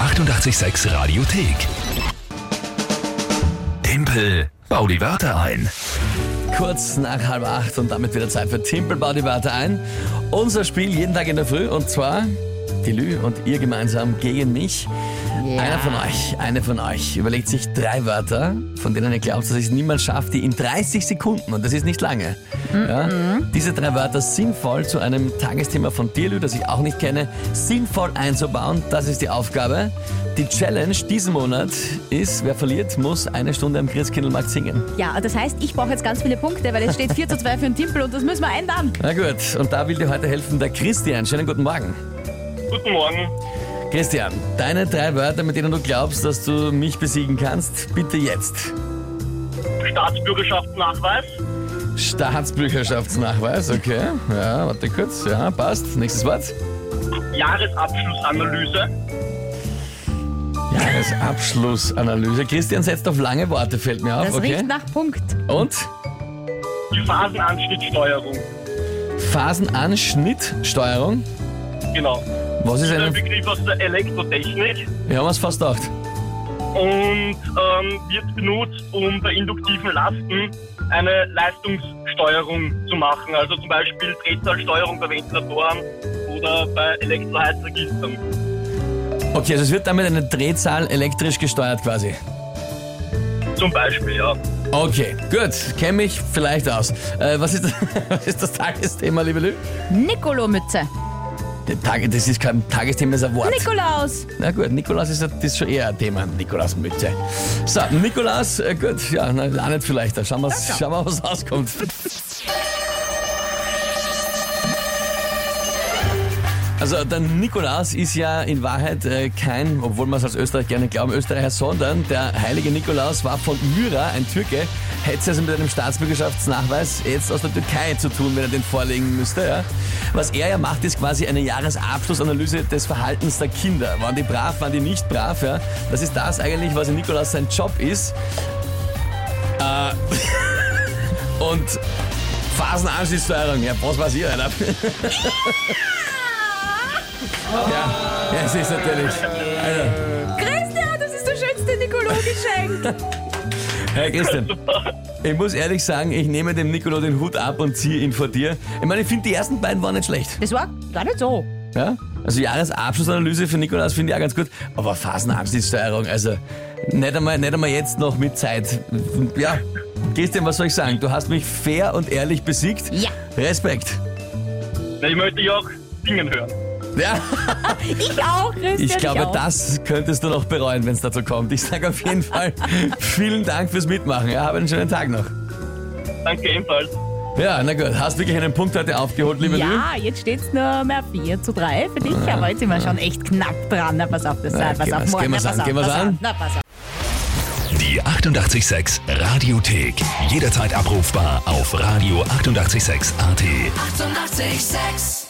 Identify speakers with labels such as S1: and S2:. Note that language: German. S1: 886 Radiothek. Tempel, bau die Wörter ein.
S2: Kurz nach halb acht und damit wieder Zeit für Timpel, bau die Wörter ein. Unser Spiel jeden Tag in der Früh und zwar die Lü und ihr gemeinsam gegen mich. Einer von euch, eine von euch überlegt sich drei Wörter, von denen ihr glaubt, dass es niemand schafft, die in 30 Sekunden, und das ist nicht lange, ja, diese drei Wörter sinnvoll zu einem Tagesthema von dir, Lü, das ich auch nicht kenne, sinnvoll einzubauen. Das ist die Aufgabe. Die Challenge diesen Monat ist, wer verliert, muss eine Stunde am Christkindlmarkt singen.
S3: Ja, das heißt, ich brauche jetzt ganz viele Punkte, weil es steht 4 zu 2 für den Timpel und das müssen wir ändern.
S2: Na gut, und da will dir heute helfen der Christian. Schönen guten Morgen.
S4: Guten Morgen.
S2: Christian, deine drei Wörter, mit denen du glaubst, dass du mich besiegen kannst, bitte jetzt.
S4: Staatsbürgerschaftsnachweis.
S2: Staatsbürgerschaftsnachweis, okay. Ja, warte kurz. Ja, passt. Nächstes Wort.
S4: Jahresabschlussanalyse.
S2: Jahresabschlussanalyse. Christian setzt auf lange Worte, fällt mir auf.
S3: Das
S2: okay.
S3: riecht nach Punkt.
S2: Und
S4: Die Phasenanschnittsteuerung.
S2: Phasenanschnittsteuerung.
S4: Genau.
S2: Was ist
S4: Ein
S2: eine...
S4: Begriff aus der Elektrotechnik
S2: Wir haben uns fast gedacht.
S4: und ähm, wird genutzt, um bei induktiven Lasten eine Leistungssteuerung zu machen. Also zum Beispiel Drehzahlsteuerung bei Ventilatoren oder bei Elektroheizregistern.
S2: Okay, also es wird damit eine Drehzahl elektrisch gesteuert quasi.
S4: Zum Beispiel, ja.
S2: Okay, gut. Kenne mich vielleicht aus. Äh, was, ist, was ist das Tagesthema, liebe Lü?
S3: Nikolomütze.
S2: Der Tag, das ist kein Tagesthema, das ist ein Wort.
S3: Nikolaus.
S2: na gut, Nikolaus ist, das ist schon eher ein Thema. Nikolaus Mütze. So, Nikolaus, äh, gut, ja, na, landet vielleicht. Da schauen wir, schauen wir was rauskommt. Also der Nikolaus ist ja in Wahrheit äh, kein, obwohl man es als Österreich gerne glauben, Österreicher, sondern der heilige Nikolaus war von Myra, ein Türke, hätte es also mit einem Staatsbürgerschaftsnachweis jetzt aus der Türkei zu tun, wenn er den vorlegen müsste. Ja? Was er ja macht, ist quasi eine Jahresabschlussanalyse des Verhaltens der Kinder. Waren die brav, waren die nicht brav? Ja? Das ist das eigentlich, was in Nikolaus sein Job ist. Äh, und Phasenanschlusssteuerung, ja, was weiß ich, Alter. Ja, ja, es ist natürlich. Also,
S3: Christian, das ist das schönste Nikolaus-Geschenk.
S2: Herr Christian, ich muss ehrlich sagen, ich nehme dem Nicolo den Hut ab und ziehe ihn vor dir. Ich meine, ich finde, die ersten beiden waren nicht schlecht.
S3: Das war gar nicht so.
S2: Ja? Also Jahresabschlussanalyse für Nikolaus finde ich auch ganz gut. Aber Phasenabschlusssteuerung, also nicht einmal, nicht einmal jetzt noch mit Zeit. Ja, Christian, was soll ich sagen? Du hast mich fair und ehrlich besiegt.
S3: Ja.
S2: Respekt.
S4: Na, ich möchte dich auch singen hören.
S2: Ja,
S3: Ich auch, Christian.
S2: ich glaube,
S3: auch.
S2: das könntest du noch bereuen, wenn es dazu kommt. Ich sage auf jeden Fall vielen Dank fürs Mitmachen. Ja, hab einen schönen Tag noch.
S4: Danke ebenfalls.
S2: Ja, na gut, hast wirklich einen Punkt heute aufgeholt, liebe Lü.
S3: Ja, jetzt steht es nur mehr 4 zu 3 für dich, aber jetzt sind wir schon echt knapp dran. Na, pass auf, das
S2: Na,
S3: sei, pass
S2: gehen
S3: auf,
S2: wir's-
S3: morgen,
S2: gehen wir's
S3: na, pass
S2: an,
S3: auf,
S2: gehen wir's
S3: pass
S2: an.
S3: auf, na, pass auf.
S1: Die 886 Radiothek. Jederzeit abrufbar auf radio886.at. 886! 886.
S5: 886